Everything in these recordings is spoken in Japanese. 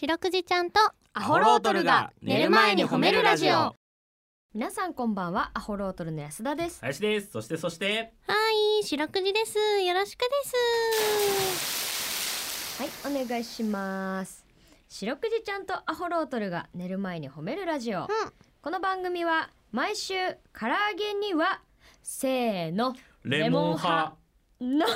白くじちゃんとアホロートルが寝る前に褒めるラジオ皆さんこんばんはアホロートルの安田です林ですそしてそしてはい白くじですよろしくですはいお願いします白くじちゃんとアホロートルが寝る前に褒めるラジオ、この番組は毎週唐揚げにはせーのレレモモンン派派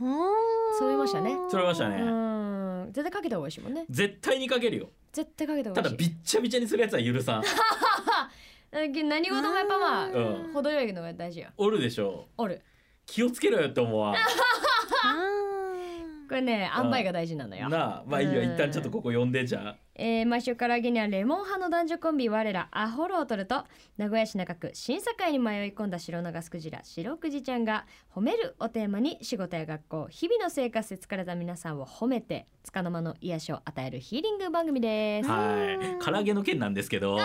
のおそそう言いましたねそれましたうねーん絶対かけた方が美味しいもんね絶対にかけるよ絶対かけた方たがだび美味しいっちゃびちゃにするやつは許さんだ何事もやっぱまあ、うん程よいのが大事よおるでしょおる気をつけろよって思うわこれね塩梅が大事なのよなあまあいいようん一旦ちょっとここ呼んでじゃあえー、毎週から揚げにはレモン派の男女コンビ我らアホロートルと名古屋市中区審査会に迷い込んだ白長スクジラ白くじちゃんが「褒める」をテーマに仕事や学校日々の生活で疲れた皆さんを褒めて束の間の癒しを与えるヒーリング番組です。はい唐揚げの件なんですけど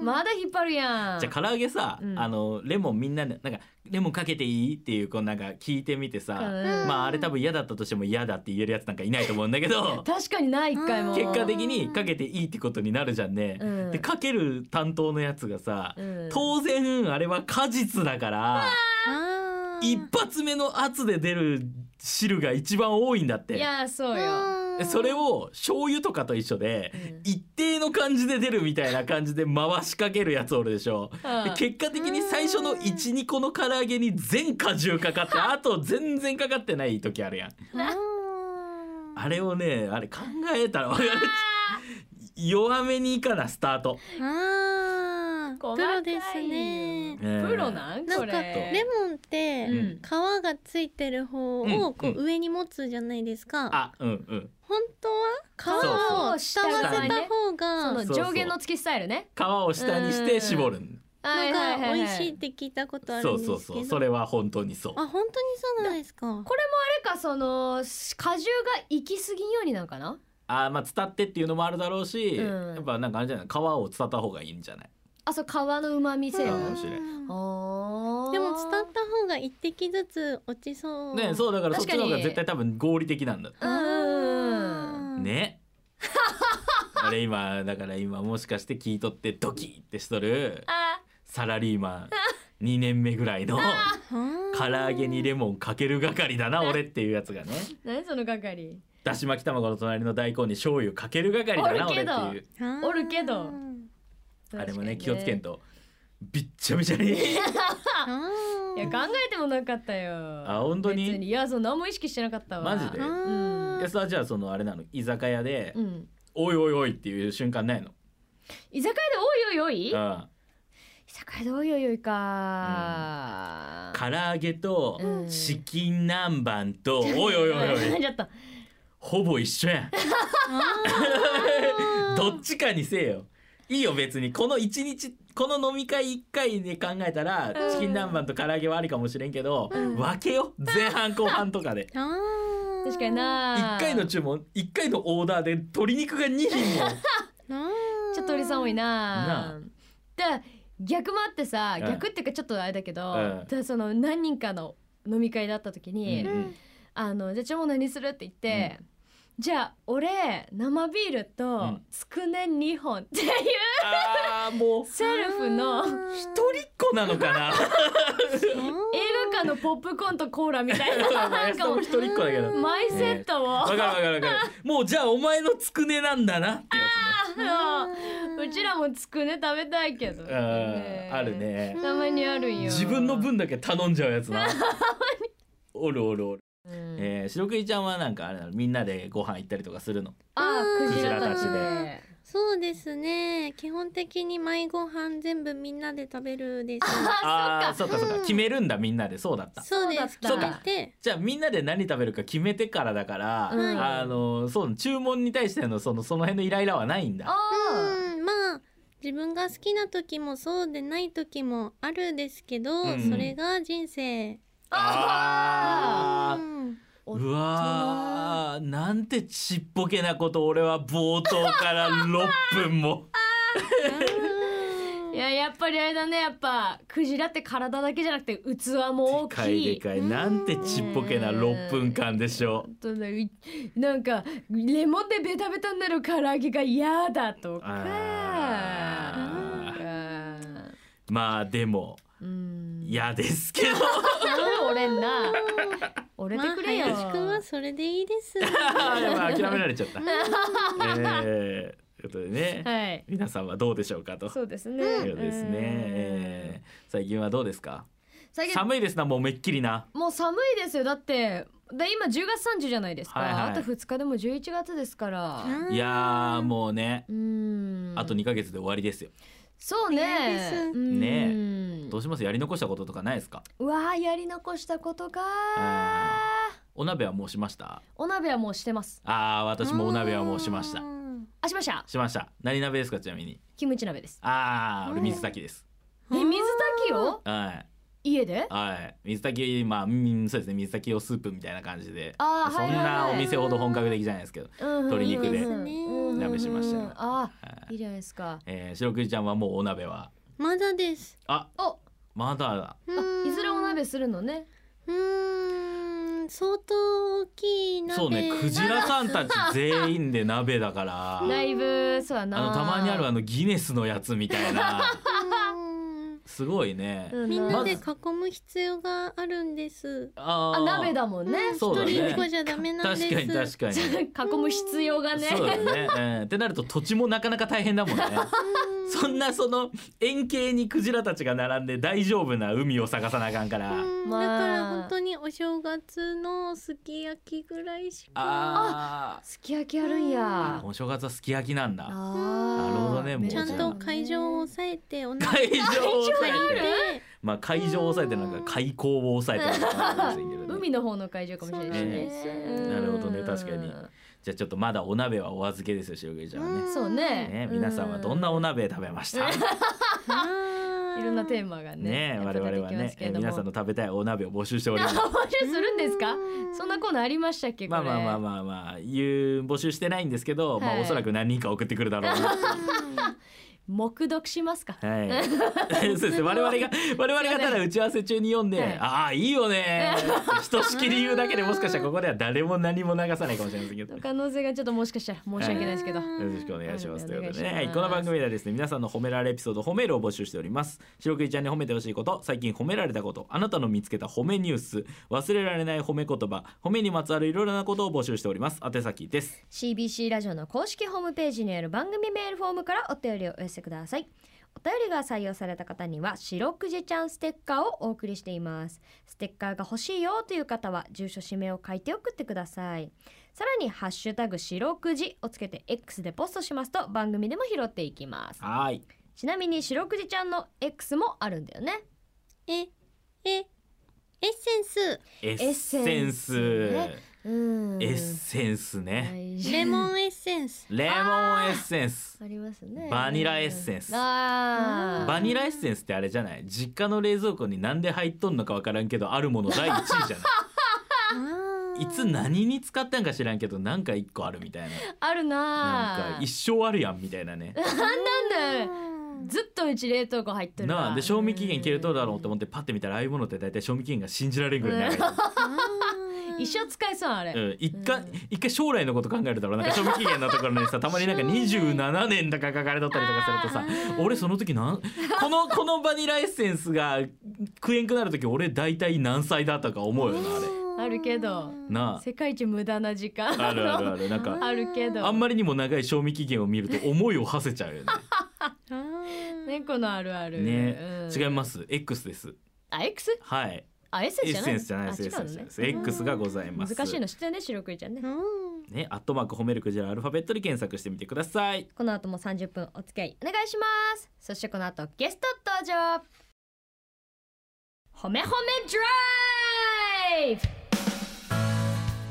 まだ引っ張るやんじゃあ唐揚げさうんあのレモンみんなでなんかレモンかけていいっていうこうなんか聞いてみてさうんまああれ多分嫌だったとしても嫌だって言えるやつなんかいないと思うんだけ ど確かにない一回も結果的にかけていいってことになるじゃんねうんでかける担当のやつがさうん当然あれは果実だから一発目の圧で出る汁が一番多いんだっいてやそうよでそれを醤油とかと一緒で一定の感じで出るみたいな感じで回しかけるやつおるでしょでうん結果的に最初の12個の唐揚げに全果汁かかってあと全然かかってない時あるやんあれをねあれ考えたら分かる 弱めにいかなスタートプロですね細かいよプロなんなんかこれレモンってうん皮がついてる方をこう上に持つじゃないですかあうんうん本当は皮を下そうそうませた方そがのそうそう上限の月スタイルね皮を下にして絞るんはいはないんはか美いは味しいっいて聞いたことあるそんうですけそどうそうそれは本当にそうあ本当にそうなんですかこれもあれかその果汁が行き過ぎんようになんかなあーまあ伝ってっていうのもあるだろうし、うんやっぱなんかあれじゃない皮を伝った方がいいんじゃないあそう皮の旨味せうよんかもしれうんあーでも伝った方が一滴ずつ落ちそうねそうだからそっ確かちにの方が絶対多分合理的なんだうんうんうん ねあれ今だから今もしかして聞いとってドキってしと るあサラリーマン2年目ぐらい の唐揚げにレモンかける係だな俺っていうやつ がね何その係だし巻き卵の隣の大根に醤油かける係だな俺おるけってどいうモおるけどあれもね気をつ けんとびっちゃびちゃにいや考えてもなかったよあ本当に別いやそう何も意識してなかったわマジでうんえさじゃあそのあれなの居酒屋でうんおいおいおいっていう瞬間ないの。居酒屋でおいおいおい居うん。酒屋でおいおいおいか唐揚げとうんチキン南蛮とおいおいおいおい ちょっとほぼ一緒やん。どっちかにせえよ。いいよ別にこの一日この飲み会一回で考えたらうんチキン南蛮と唐揚げはありかもしれんけどうん分けよ前半後半とかで。 確かにな一回の注文一回のオーダーで鶏肉が2品 も。ちょっと鳥さん多いななあで逆もあってさうん逆っていうかちょっとあれだけど、うんでその何人かの飲み会だった時にう「んあのじゃあ注文何する?」って言って。じゃあ俺生ビールうとんつくね2本っていうあーもうセルフの映一人っ子なのかな。画館のポップコーンとコーラみたい な なんかもも一人っ子だけど。うマイセットをわかるわかるわかる。もうじゃあお前のつくねなんだなってや うちらもつくね食べたいけどつね。うん、あるね。たまにあるんよ自分の分だけ頼んじゃうやつな。おるおるおる。うんえー、白クイちゃんはなんかあれなのみんなでご飯行ったりとかするの。あークジラたちクジラでそうですね基本的に毎ご飯全部みんなで食べるですああー、そっかそっかうん決めるんだみんなでそうだった。そうですそうだった決めてじゃあみんなで何食べるか決めてからだから、うんあのそう注文に対してのそのその辺のイライラはないんだ。あうんまあ自分が好きな時もそうでない時もあるですけど、うんそれが人生あーうんおっうわーなんてちっぽけなこと俺は冒頭から6分も。うんいややっぱりあれだねやっぱクジラって体だけじゃなくて器もで大かいきでいかいなんてちっぽけなうん6分間でしょうとねいなんかレモンでベタベタになる唐揚げが嫌だとかあなんかまあでもうん嫌です けど俺んな俺まてあくれよ、林くんはそれでいい です。まあ諦められちゃった。えー、ということでね、はい皆さんはどうでしょうかと。そうですね、いうことですね、えー最近はどうですか最近寒いですなもうめっきりなもう寒いですよだってで今10月30じゃないですか、はいはいあと2日でも11月ですからいやもーもうねうんあと2ヶ月で終わりですよそう早いですねうんねどうしますやり残したこととかないですかうわーやり残したことかあお鍋はもうしましたお鍋はもうしてますあー私もお鍋はもうしましたうあしましたしました何鍋ですかちなみにキムチ鍋ですあー俺水炊きですえ水炊きをはい家ではい水炊きまあうんそうですね水炊きをスープみたいな感じであーそんなお店ほど本格的じゃないですけど、鶏鶏肉で鍋鍋しましたよあはいーいいじゃないですかえー、白くじちゃんはもうお鍋はまだです。あおまだだうんいずれお鍋するのねうーん相当大きい鍋そうねクジラさんたち全員で鍋だからあだいぶそうだなのたまにあるあのギネスのやつみたい なうんすごいね、うんみんなで囲まずむ必要があるんです。あーあ鍋だもんねうんそうだね一人一個じゃダメなんです。確かに確かに 囲む必要がねそうだね、うんってなると土地もなかなか大変だもんねうんそんなその円形にクジラたちが並んで大丈夫な海を探さなあかんから、うんだまあから本当にお正月のすき焼きぐらいしかあすき焼きあるんやーお正月はすき焼きなんだあーーなるほどねもうちゃんと会場をね抑えてお腹会場を抑抑えてえてまあ会場を抑えてなんか開口を抑えてなんかあるかもしれんけどね海の方の会場かもしれないしねそうなんですうんなるほどね確かにじゃあちょっとまだお鍋はお預けですよ白くじちゃんはね、そうねね、皆さんはどんなお鍋食べました。あーいろんなテーマが ねね、我々はね、えー皆さんのの食べ たいお鍋を募集しております。募集するんですかうんそんなコーナーありましたっけこまあれまあまあまあまあ、いう募集してないんですけど、まはあいおそらく何人か送ってくるだろうな。黙読しますか はい、そうですね我々が我々がただ打ち合わせ中に読んで「はいああいいよね」 ひとしきり言うだけでもしかしたらここでは誰も何も流さないかもしれませんけどの可能性がちょっともしかしたら申し訳ないですけどうんよろしくお願いします。うんということでおね、願いはしますいこの番組ではですね、皆さんの褒められエピソード、褒めるを募集しております。白くじちゃんに褒めてほしいこと、最近褒められたこと、あなたの見つけた褒めニュース、忘れられない褒め言葉、褒めにまつわるいろいろなことを募集しております。宛先です。 CBC ラジオの公式ホームページにある番組メールフォームからお便りをお寄せくださいお便りが採用された方には「白くじちゃんステッカー」をお送りしていますステッカーが欲しいよという方は住所氏名を書いて送ってくださいさらに「ハッシュタグ白くじ」をつけて X でポストしますと番組でも拾っていきますはーい。ちなみに白くじちゃんの X もあるんだよねええエッセンスエッッセセンンスス。ねうんエッセンスね。大レ事モンエッセンスレモンエッセンス。ありますねバニラエッセンスあーバニラエッセンスってあれじゃない実家の冷蔵庫に何で入っとんのかわからんけどあるもの第一位じゃなあーい いつ何に使ったんか知らんけどなんか一個あるみたいなあるななんか一生あるやんみたいなね。なんだようんずっとうち冷凍庫入ってるわなあで賞味期限切れとるだろうと思ってパッて見たらああいうものって大体賞味期限が信じられんぐらい長い。あー一生使えそうあれ、うん、一回うん一回将来のこと考えるだろうなんか賞味期限のところにさたまになんか27年だか書かれとったりとかするとさ俺その時 なんこのこのバニラエッセンスが食えんくなる時俺大体何歳だとか思うよなあれ。あるけどな世界一無駄な時間ああるあるあるなんうかんあるけどあんまりにも長い賞味期限を見ると思いを馳せちゃうよあー 猫のあるあね。るねうん違います。X です。あ X? はい。あ S エッじゃないセンスじゃないです。エッあセ違ンスじゃないうのねです。X がございます。難しいの知ってるね白くいちゃんねうんね、アットマーク褒めるクジラアルファベットで検索してみてください。この後も30分お付き合いお願いしますそしてこの後ゲスト登場褒め褒めドライブ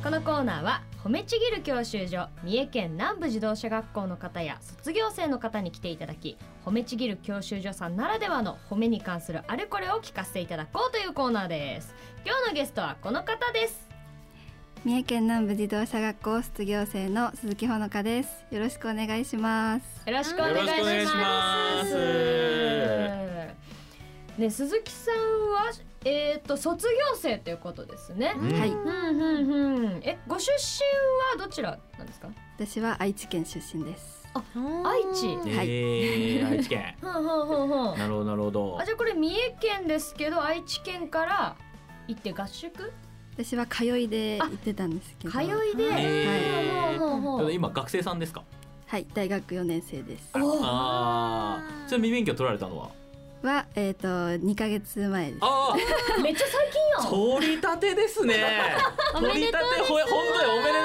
このコーナーは褒めちぎる教習所三重県南部自動車学校の方や卒業生の方に来ていただき褒めちぎる教習所さんならではの褒めに関するあれこれを聞かせていただこうというコーナーです今日のゲストはこの方です三重県南部自動車学校卒業生の鈴木ほのかですよろしくお願いしますよろしくお願いよろしくお願いししまますす。ね、鈴木さんは、えっ、と、卒業生ということですね。うんはいうんうんうん、え、ご出身はどちらなんですか。私は愛知県出身です愛知。うんはいえー、愛知県ふんふんふんふん。なるほどなるほどあ、。じゃ、これ三重県ですけど、愛知県から。行って合宿。私は通いで行ってたんですけど通いで。えーほうほうほうただほう今学生さんですか。はい大学四年生ですおああ。ちなみに免許取られたのは。はえっ、と二ヶ月前ですあめっちゃ最あ、近やん。取り立てですね。お取めりで立とてうですほ本当におめでと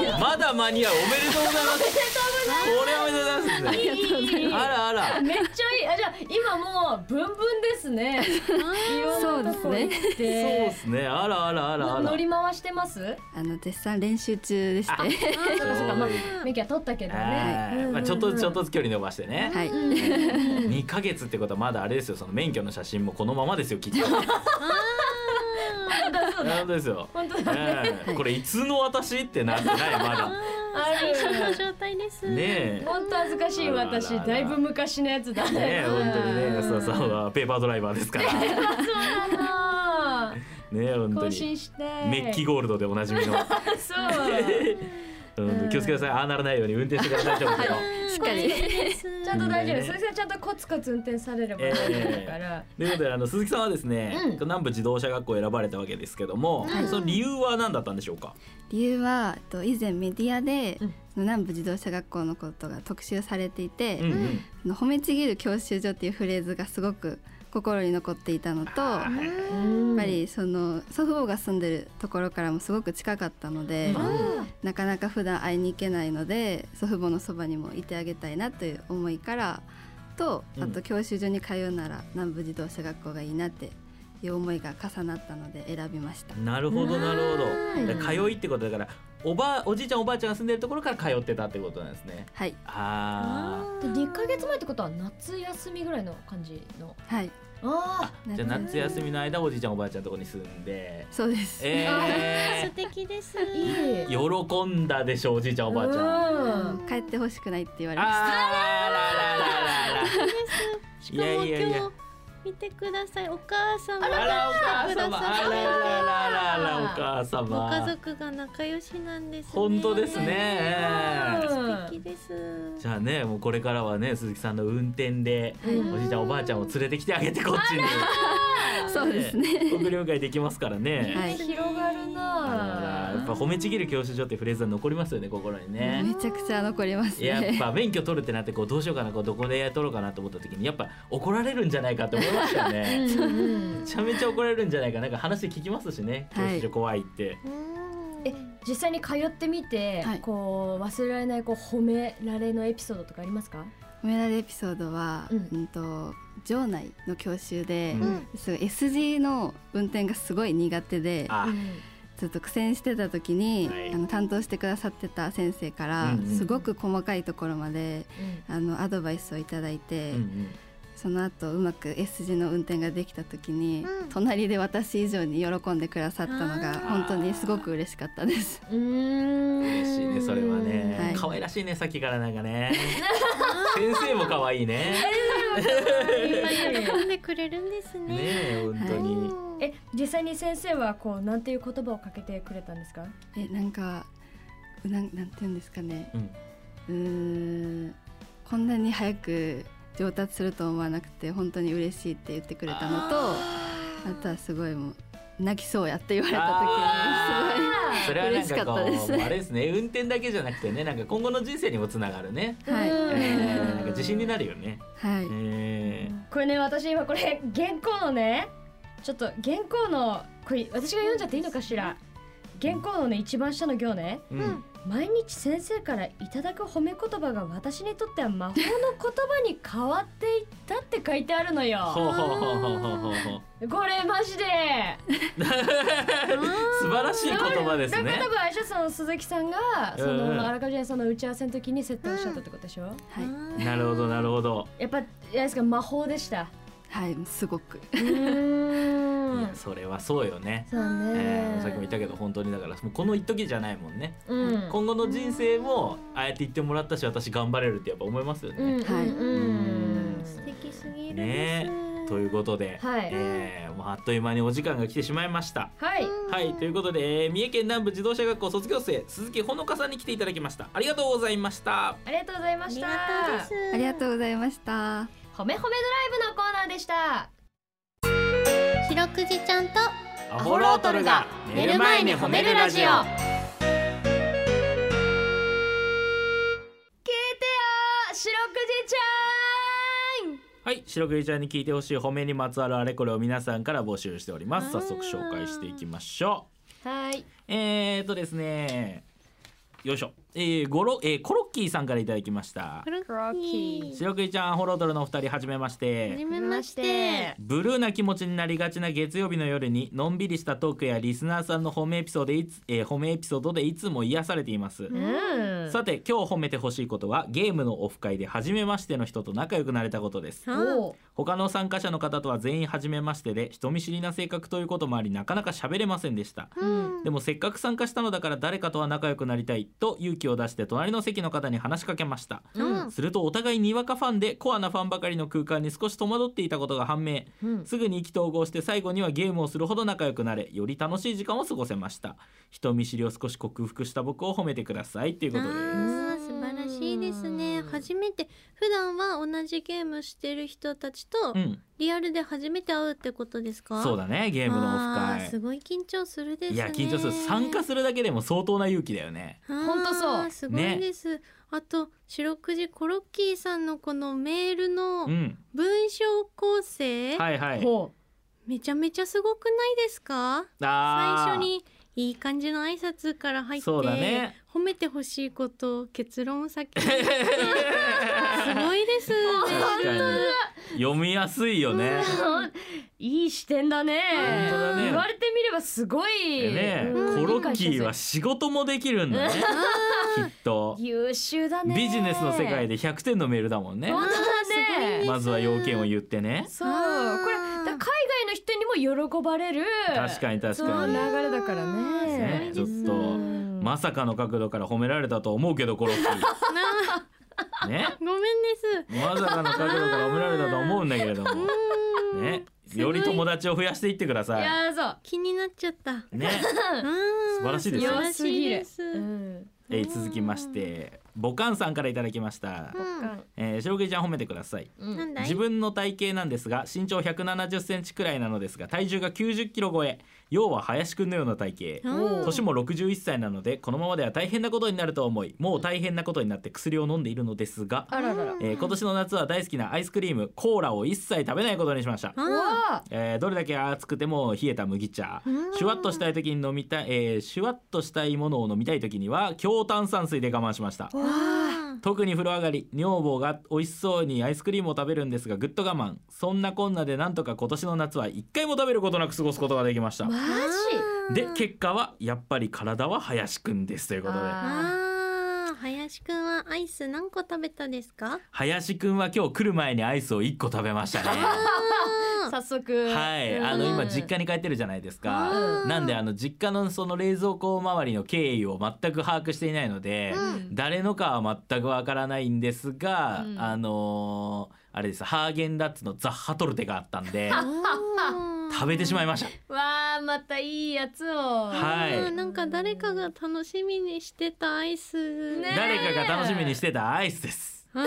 うです。まだ間に合うおめでとうございます。これはおめでとうございますね。いいいいいいあらあら。めっちゃいい。あ、じゃあ、今もう、ブンブンですね。いろんなとこ行って。そうそうですね。あらあらあらあら。乗り回してます。あの絶賛練習中でしてあはあーそうかそうかまあはいメキは取ったけどね。はいまあちょっとずつちょっとずつ距離伸ばして ね。い二ヶ月ってことはまだあれですよ。その免許の写真もこのままですよ。きっと。本当ですよ。本当だ。ええこれいつの私ってなってないまあー最初の状態です。だ。ね本当恥ずかしいあ私らあらあだらいぶ昔のやつだえ。ねえうん本当にね安田さんはペーパードライバーですから。ねそうなえ本の当更に。新してメッキゴールドでおなじみ の。そううん気をつけてください。ああならないように運転してください。ちょっと。しっかりちゃんと大丈夫ね鈴木さんちゃんとコツコツ運転されれば大丈夫だからということであの鈴木さんはですね、うん南部自動車学校を選ばれたわけですけども、はいその理由は何だったんでしょうか。理由はえっと以前メディアで、うん南部自動車学校のことが特集されていて、うんうんあの褒めちぎる教習所っていうフレーズがすごく心に残っていたのとあやーっぱりその祖父母が住んでるところからもすごく近かったので、うんなかなか普段会いに行けないので祖父母のそばにもいてあげたいなという思いからとうんあと教習所に通うなら南部自動車学校がいいなっていう思いが重なったので選びました。なるほどなるうんほど。だから通いってことだからおばおじいちゃんおばあちゃんが住んでるところから通ってたってことなんですね。はい、あで二ヶ月前ってことは夏休みぐらいの感じのはい、ああ。じゃあ夏休みの間おじいちゃんおばあちゃんのところに住んで。そうです、素え敵です。あいいー、喜んだでしょうおじいちゃんおばあちゃん。あうん帰ってほしくないって言わーれましたでらららららら。す。しかもいやいやいや今日見てください。お母様あらお母来てくだ様、あさらってららららお母ご様。家族が仲良しなんです、ね。本当ですうね。素ん敵です。じゃあね、もうこれからはね、鈴木さんの運転で、うんおじいちゃんおばあちゃんを連れてきてあげてこっちに。そうですね。送り迎えできますからね。はいね広がるあらあらやっぱな褒めちぎる教習所ってフレーズは残りますよね、心にね。 めちゃくちゃ残りますやっね。ぱ免許取るってなってこうどうしようかなこうどこで取ろうかなと思った時にやっぱ怒られるんじゃないかって思いましたようね。んうんめちゃめちゃ怒られるんじゃないかなんか話聞きますしね教はい習所怖いって。うんえ実際に通ってみて、はいこう忘れられないこう褒められのエピソードとかありますか？褒めら れエピソードは、うんうんと場内の教習で、うんすごい S 字の運転がすごい苦手で、あ ずっと苦戦してた時に、はいあの担当してくださってた先生から、うんうんすごく細かいところまであのアドバイスをいただいて、うんうんその後うまく S 字の運転ができた時に、うん隣で私以上に喜んでくださったのがあー本当にすごく嬉しかったです。 うんうん嬉しいねそれははねい可愛らしいねさっきからなんか ね先生も可愛いね喜んでくれるんですねね。え本当にえ、え実際に先生はこうなんていう言葉をかけてくれたんですか？えなんかなんなんて言うんですかねうんうーんこんなに早く上達すると思わなくて本当に嬉しいって言ってくれたのとあとはすごいもう泣きそうやって言われた時にあーそれはなんかこ嬉しかったでうすあれですね運転だけじゃなくてねなんか今後の人生にもつながるねすごいはい、うんえーなんか自信になるよねはい、えこれね私今これ原稿のねちょっと原稿のこれ私が読んじゃっていいのかしら？原稿のね一番下の行ね。ーうん毎日先生からいただく褒め言葉が私にとっては魔法の言葉に変わっていったって書いてあるのよほうほうほうほうほうほうほうこれマジで素晴らしい言葉ですだねから多分あいしゃさんの鈴木さんがそうんうんの荒川淳也さんの打ち合わせの時に設定おっしゃったってことでしょ、はいなるほどなるほどやっぱいやですか魔法でしたはい、すごくうーんいやそれはそうよね、そうね、えーさっきも言ったけど本当にだからもうこの一時じゃないもんね、うん今後の人生もああやって言ってもらったし私頑張れるってやっぱ思いますよね。うんはいうん素敵すぎるです。ねということで、はいえーもうあっという間にお時間が来てしまいました。はいはいということで、えー三重県南部自動車学校卒業生鈴木ほのかさんに来ていただきましたありがとうございましたありがとうございまあしりたがとうです。ありがとうございました。褒め褒めドライブのコーナーでした白くじちゃんとアホロートルが寝る前に褒めるラジオ聞いてよ白くじちゃんはい白くじちゃんに聞いてほしい褒めにまつわるあれこれを皆さんから募集しておりますう早ん速紹介していきましょはい。うえー、っとですねよいしょ、えー、ゴロえー、コロッキーさんからいただきましたクロッキー。白くじちゃんホロートルのお二人はじめましてはじめまして。ブルーな気持ちになりがちな月曜日の夜にのんびりしたトークやリスナーさんの褒めエピソードでいつ、えー褒めエピソードでいつも癒されています、うん。さて今日褒めてほしいことはゲームのオフ会で初めましての人と仲良くなれたことですはお他の参加者の方とは全員初めましてで人見知りな性格ということもありなかなか喋れませんでしたあうんでもせっかく参加したのだから誰かとは仲良くなりたいと勇気を出して隣の席の方に話しかけましたうんするとお互いにわかファンでコアなファンばかりの空間に少し戸惑っていたことが判明うん。すぐに意気投合して最後にはゲームをするほど仲良くなれより楽しい時間を過ごせました人見知りを少し克服した僕を褒めてくださいっていうことであー素晴らしいですねうん初めて普段は同じゲームしてる人たちとうんリアルで初めて会うってことですかそうだだねゲームのオフ会すごい緊張するですねいや緊張する参加するだけでも相当な勇気だよねほんとそうすごいです、あと白くじコロッキーさんのこのメールのうん文章構成、はいはいほめちゃめちゃすごくないですか最あー初 にいい感じの挨拶から入ってそうだね褒めてほしいこと結論を先 にすごいです確かに読みやすいよねう。いい視点だね。本当だね言われてみればすごでい。ねうコんロッキーは仕事もできるんだねきっと優秀だね。ビジネスの世界で100点のメールだもんね本当だね。まずは要件を言ってねそう。こあーれだ海外の人にも喜ばれる。確かに確そのか流にれだからねね。ちょっとうんまさかの角度から褒められたと思うけどコロッキなあーねごめんですまさかの角度から褒められたと思うんだけれどもうーんねすごいより友達を増やしていってくだいさやーそう。気になっちゃったいね素素晴らしいです素よ晴弱らすしいぎでる。す、うん。えー続きましてボカンさんからいただきましたう、んえー、白毛ちゃん褒めてくださいうんなんだい自分の体型なんですが身長170センチくらいなのですが体重が90キロ超え要は林くんのような体型うん年も61歳なのでこのままでは大変なことになると思いもう大変なことになって薬を飲んでいるのですが、あららら。えー今年の夏は大好きなアイスクリームコーラを一切食べないことにしましたあうわえーどれだけ暑くても冷えた麦茶うんシュワッとしたい時に飲みたい、えーシュワッとしたいものを飲みたい時には強炭酸水で我慢しましたー。わあ特に風呂上がり女房が美味しそうにアイスクリームを食べるんですがぐっと我慢そんなこんなでなんとか今年の夏は一回も食べることなく過ごすことができましたー。マージ。で結果はやっぱり体は林くんですということでああー林くんはアイス何個食べたです か林くんは今日来る前にアイスを1個食べましたねあ早速はいあのうん今実家に帰ってるじゃないですうかんなんであの実家のその冷蔵庫周りの経緯を全く把握していないので、うん誰のかは全くわからないんですが、うんあのーあれですハーゲンダッツのザッハトルテがあったん で食べてしまいまましたわあまたいいやつをはいなんか誰かが楽しみにしてたアイスね誰かが楽しみにしてたアイスですあー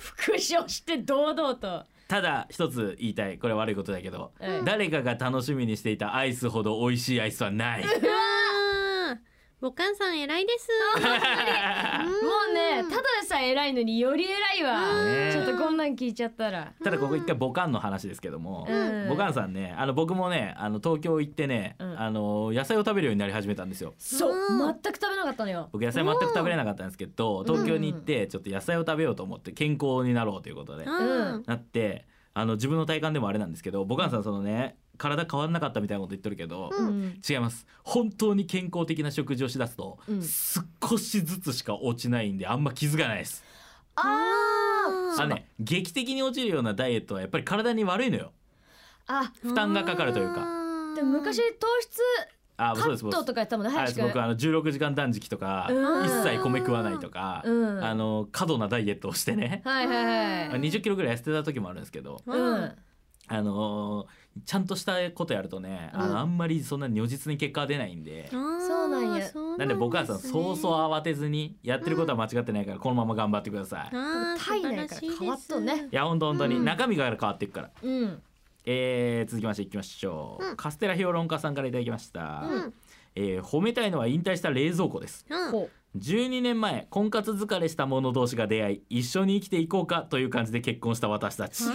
復唱して堂々と、はただ一つ言いたいこれ悪いことだけどい、うん誰かが楽しみにしていたアイスほど美味しいアイスは ない。あーボカンさん偉いですもうねただでさえ偉いのにより偉いわ、ねちょっとこんなん聞いちゃったら、 ただここ一回ボカンの話ですけども、うんボカンさんねあの僕もねあの東京行ってね、うんあの野菜を食べるようになり始めたんですよ。そううん全く食べなかったのよ僕野菜全く食べれなかったんですけど東京に行ってちょっと野菜を食べようと思って健康になろうということで、うんなってあの自分の体感でもあれなんですけどボカンさんそのね体変わんなかったみたいなこと言ってるけど、うん違います本当に健康的な食事をしだすと、うん少しずつしか落ちないんであんま気づかないです。あーああのね劇的に落ちるようなダイエットはやっぱり体に悪いのよ。あ負担がかかるというかかでも昔糖質あカそうですットとかやったもんねはい林くん僕あの16時間断食とかうん一切米食わないとか、うんあの過度なダイエットをしてね、はいはいまはあい20キロぐらい痩せてた時もあるんですけど、うんあのーちゃんとしたことやるとねあうんのあんまりそんな如実に結果は出ないんで、そうなんやなんで僕はそのそうそう慌てずにやってることは間違ってないからこのまま頑張ってください。い体内から変わっとんねや本当本当うにん中身から変わっていくから。うんえー続きましていきましょう、うんカステラ評論家さんからいただきました、えー褒めたいのは引退した冷蔵庫ですこ12年前婚活疲れした者同士が出会い一緒に生きていこうかという感じで結婚した私たち、う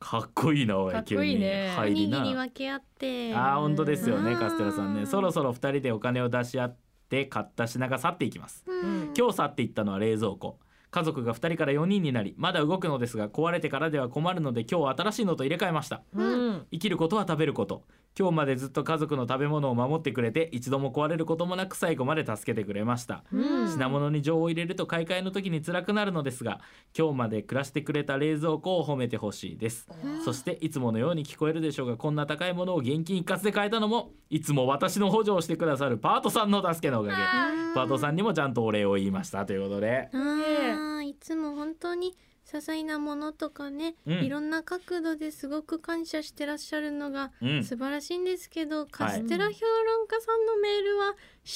かっこいいなおいかっこいいね急おににぎ入りりな分け合ってあー本当ですよねカステラさんうねんそろそろ2人でお金を出し合って買った品が去っていきますうん今日去っていったのは冷蔵庫家族が2人から4人になりまだ動くのですが壊れてからでは困るので今日は新しいのと入れ替えましたうん生きることは食べること今日までずっと家族の食べ物を守ってくれて一度も壊れることもなく最後まで助けてくれましたうん品物に情を入れると買い替えの時に辛くなるのですが今日まで暮らしてくれた冷蔵庫を褒めてほしいですそしていつものように聞こえるでしょうがこんな高いものを現金一括で買えたのもいつも私の補助をしてくださるパートさんの助けのおかげパートさんにもちゃんとお礼を言いましたということであーいつも本当に些細なものとかね、うんいろんな角度ですごく感謝してらっしゃるのがうん素晴らしいんですけど、カステラ評論家さんのメールは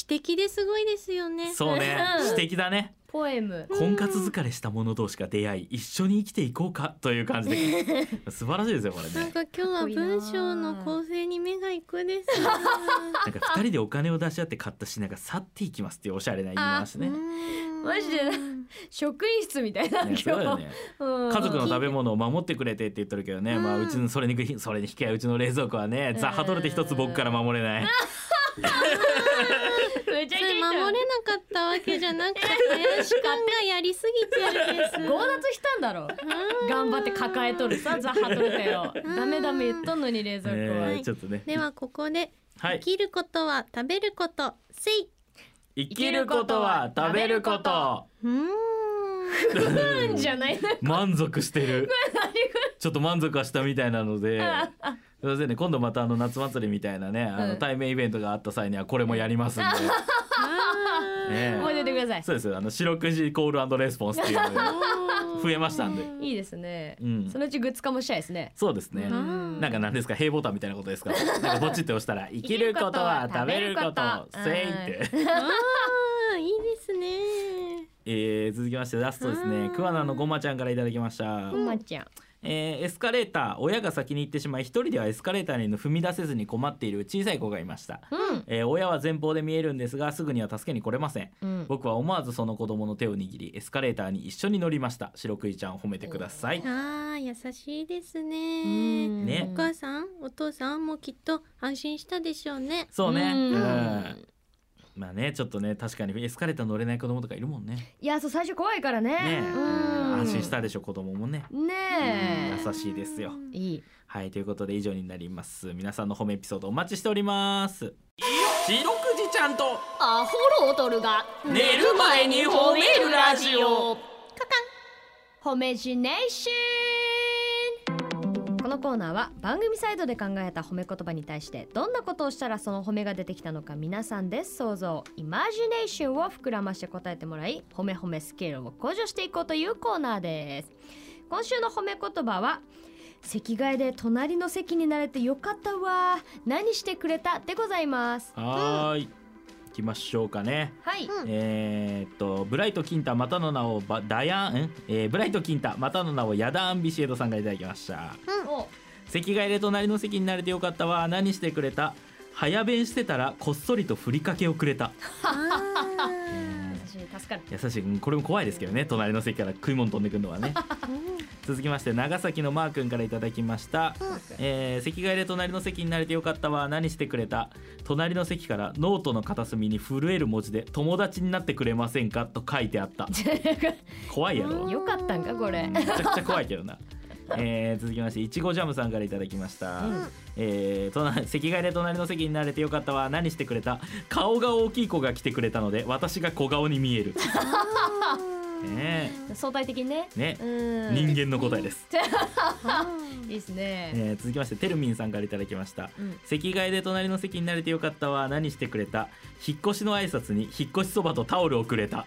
指摘ですごいですよね。そうねうん素敵だねポエム婚活疲れした者同士が出会い一緒に生きていこうかという感じで素晴らしいですよこれなんねか今日は文章の構成に目が行くです。なんか二人でお金を出し合って買った品が去っていきますっていうおしゃれな言い回しねねうんマジでな職員室みたいなす今日ごいよね家家族の食べ物を守ってくれてって言ってるけどね、うんまあうちのそれにひそれに引き合いうちの冷蔵庫はね、ザハトルで一つ僕から守れない、そめちゃめちゃれいい守じゃんれなかったわけじゃ なくて、林くんがやりすぎてるんです。強奪したんだろうん頑張って抱えとるさザハトルテよダメダメ言っとんのに冷蔵庫は、えはーいちょっとねではここでは生いきることは食べること、せい。生きることは食べることうーん。うんじゃないな満足して るちょっと満足はしたみたいなのですいませんね今度またあの夏祭りみたいなねあうのん対面イベントがあった際にはこれもやり ますんで、ね覚えておいてくださいそうですよあの四六時コールレスポンスっていう のが増えましたんで、いいですね、うんそのうちグッズ化もしたいですねそうですね、うなんか何ですか平ボタンみたいなことですかなんかポチって押したら生きることは食べることうんせいって、ああ、いいですね。 えー続きましてラストですねうん桑名のごまちゃんからいただきました、ごまちゃんえーエスカレーター親が先に行ってしまい一人ではエスカレーターに踏み出せずに困っている小さい子がいました、うんえー親は前方で見えるんですがすぐには助けに来れませんうん僕は思わずその子供の手を握りエスカレーターに一緒に乗りました白クイちゃん褒めてくださいああ、優しいですうね。んねお母さん、お父さんもきっと安心したでしょうね。そうねううんんまあねちょっとね確かにエスカレーター乗れない子供とかいるもんねいやそう最初怖いからねねえうん安心したでしょ子供もねねうん優しいですよえいいはいということで以上になります皆さんの褒めエピソードお待ちしております白くじちゃんとアホロトルが寝る前に褒めるラジオホメジネーションこのコーナーは番組サイドで考えた褒め言葉に対してどんなことをしたらその褒めが出てきたのか皆さんで想像イマジネーションを膨らまして答えてもらい褒め褒めスケールを向上していこうというコーナーです今週の褒め言葉は席替えで隣の席になれてよかったわ何してくれたでございますはーい行きましょうかねはい、うんえーっとブライト・キンタまたの名をバダヤン、んえーブライト・キンタまたの名をヤダ・アンビシエドさんがいただきましたお席替えで隣の席になれてよかったわ何してくれた早弁してたらこっそりとふりかけをくれたあ優しい助かる優しいうんこれも怖いですけどね隣の席から食い物飛んでくるのはねーうん続きまして長崎のマー君からいただきました、えー席替えで隣の席になれてよかったわ何してくれた隣の席からノートの片隅に震える文字で友達になってくれませんかと書いてあった 怖いやろよかったんかこれめちゃくちゃ怖いけどな。 えー続きましていちごジャムさんからいただきました、えー隣席替えで隣の席になれてよかったわ何 してくれた顔が大きい子が来てくれたので私が小顔に見えるね相対的にね。ねうん。人間の答えです、いいですね。えー続きましててるみんさんからいただきましたうん。席替えで隣の席になれてよかったわ何してくれた引っ越しの挨拶に引っ越しそばとタオルをくれ た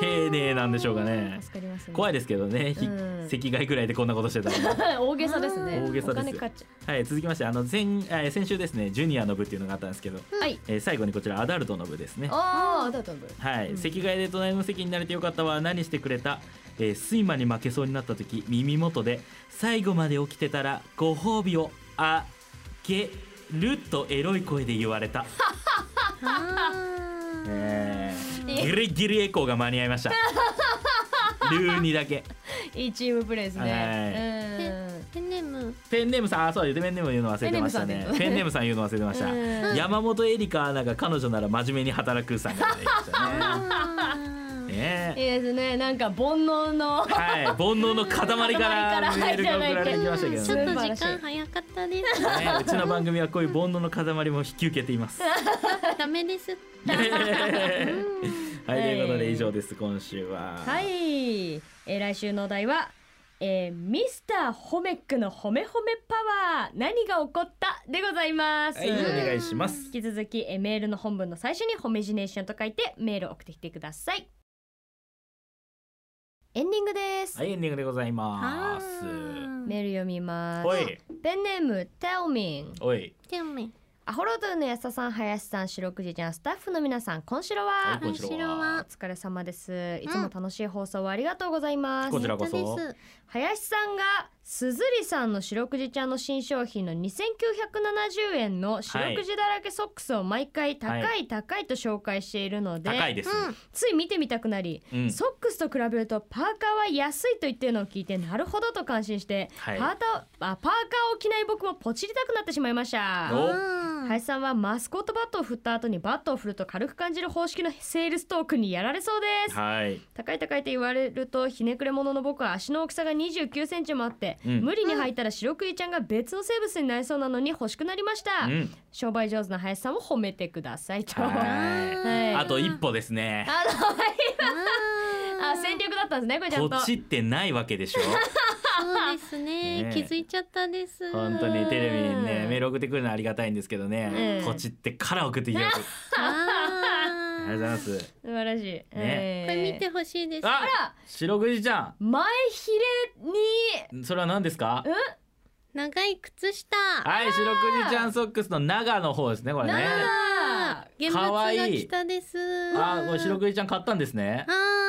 丁寧なんでしょうかね助かります、ね。怖いい。ですけどね、ひうん席替えくらいでこんなことしてたら 大げさですね。大げさですお金かっちゃはい続きましてあの前、えー先週ですねジュニアの部っていうのがあったんですけど、う。はい。えー最後にこちらアダルトの部ですねああ、だと思う。はい、うん席替えで隣の席になれてよかったわ何してくれた、えー睡魔に負けそうになった時耳元で最後まで起きてたらご褒美をあげるとエロい声で言われたえーギリギリエコーが間に合いましたルーにだけいいチームプレーですね。うん。ペンネームペンネームさんあそうだペンネーム言うの忘れてましたねペペンンネームさん言うの忘れてましたうん山本エリカアナが彼女なら真面目に働くさんが出てきま したあねねいいですね。なんか煩悩の。はい、煩悩の塊からメールが送られてきましたけー どちねょっ塊とから時間早かった ですねうちの番組はこういう煩悩の塊も引き受けてい ます。ダメですはい、ということで以上です、今週は。はい、えー来週のお題は、えーミスターホメックの褒め褒めパワー何が起こったでございます、はい、お願いします引。き続き、えーメールの本文の最初にホメジネーションと書いてメールを送ってきてくださいエンディングです、はい、エンディングでございます。メール読みますおい、ペンネーム Tell me おい、てめアホロードルの安田さん林さん白くじちゃんスタッフの皆さんこんしろは、はいこんしろはお疲れ様ですいつも楽しい放送をありがとうございます、こちらこそです林さんがすずりさんの白くじちゃんの新商品の2970円の白くじだらけソックスを毎回高はい高いと紹介しているので、高いです。つい見てみたくなり、うんソックスと比べるとパーカーは安いと言ってるのを聞いてなるほどと感心して、はいパータあパーカーを着ない僕もポチりたくなってしまいました。お林さんはマスコットバットを振った後にバットを振ると軽く感じる方式のセールストークにやられそうです。はい、高い高いと言われるとひねくれ者の僕は足の大きさが2 9センチもあっうて、ん無理に履いたら白クイちゃんが別の生物になりそうなのに欲しくなりました、うん、商売上手な林さんを褒めてくださいと あはい、あと一歩ですね。のあ戦略だったんですねこれちゃんことっちってないわけでしょそうですねねえ気づいちゃったです本当にテレビにね、メール送ってくるのはありがたいんですけどねう。んこっちってから送ってきます。 ありがとうございあーます。素晴らしい、えこーれ見てほしいですああら白くじちゃ前ひれにん、それは何ですか？長い靴下はい、白くじちゃんソックスの長の方ですね、これね。あ現か物わがいい北ですあ、これ白くじちゃん買ったんですね。あー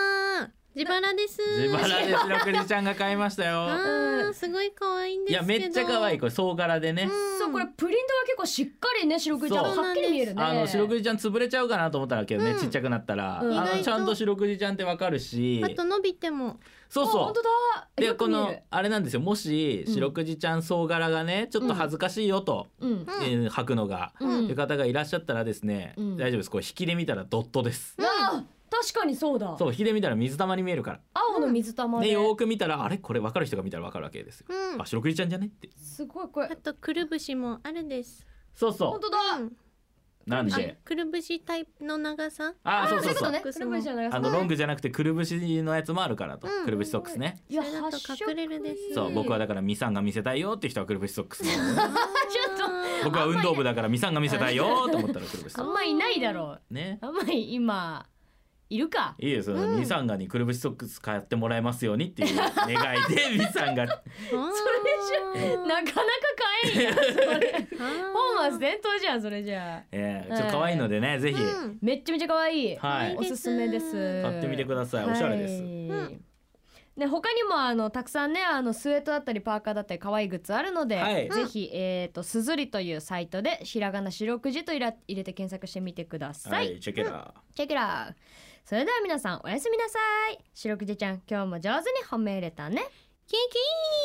自腹です自腹で白くじちゃんが買いまし たよ。あーすごい可愛いんいですや、けどめっちゃ可愛い、これ総柄でね。ーそうこれプリントが結構しっかりね白クイちゃんそうはっきり見えるねあの白くじちゃん潰れちゃうかなと思ったらけどね、うんちっちゃくなったら、うんあ意外のとちゃんと白くじちゃんってわかるしあ。と伸びてもそうあそ本当う。だでよくこ見えるのあれなんですよもしうん白くじちゃん総柄がねちょっと恥ずかしいよと、うんうんえー履くのが、うんいう方がいらっしゃったらですね、うん大丈夫ですこれ引きで見たらドットです、あ確かにそうだそう引きで見たら水玉に見えるから青の水玉で、でよーく見たらあれこれ分かる人が見たら分かるわけですよ。うんあ白クリちゃんじゃねって。すごいこれあとくるぶしもあるですそうそ本当だ、うんう。なんあで。くるぶしタイプの長 さあそうそうちょそっとう。ねくるぶしじゃないあのロングじゃなくてくるぶしのやつもあるからとうん。くるぶしソックスね。いやそれだと隠れるですそう僕はだだからミサンが見せたいよって人はくるぶしソックス。ちょっ僕は運動部だからミサンが見せたいよと思ったらくるぶしソとあックんまいないだろス。ねう。あんまり今いるかいいですよ、うんミサンガにくるぶしソックス買ってもらえますようにっていう願いでミサンガそれなかなか買 えんやそれじゃ本末転倒じゃんそれじゃあえー、ちょっと可愛いのでね、ぜひ、めっちゃめちゃ可愛いはいおすすめです買ってみてくださいおしゃれですんね、他にもあのたくさんねあのスウェットだったりパーカーだったり可愛いグッズあるので、はいぜひ、えー、とすずりというサイトでひらがな白くじといら入れて検索してみてくださ。はいい、チェケラチェキラーそれでは皆さんおやすみなさい白くじちゃん今日も上手に褒め入れたねキキー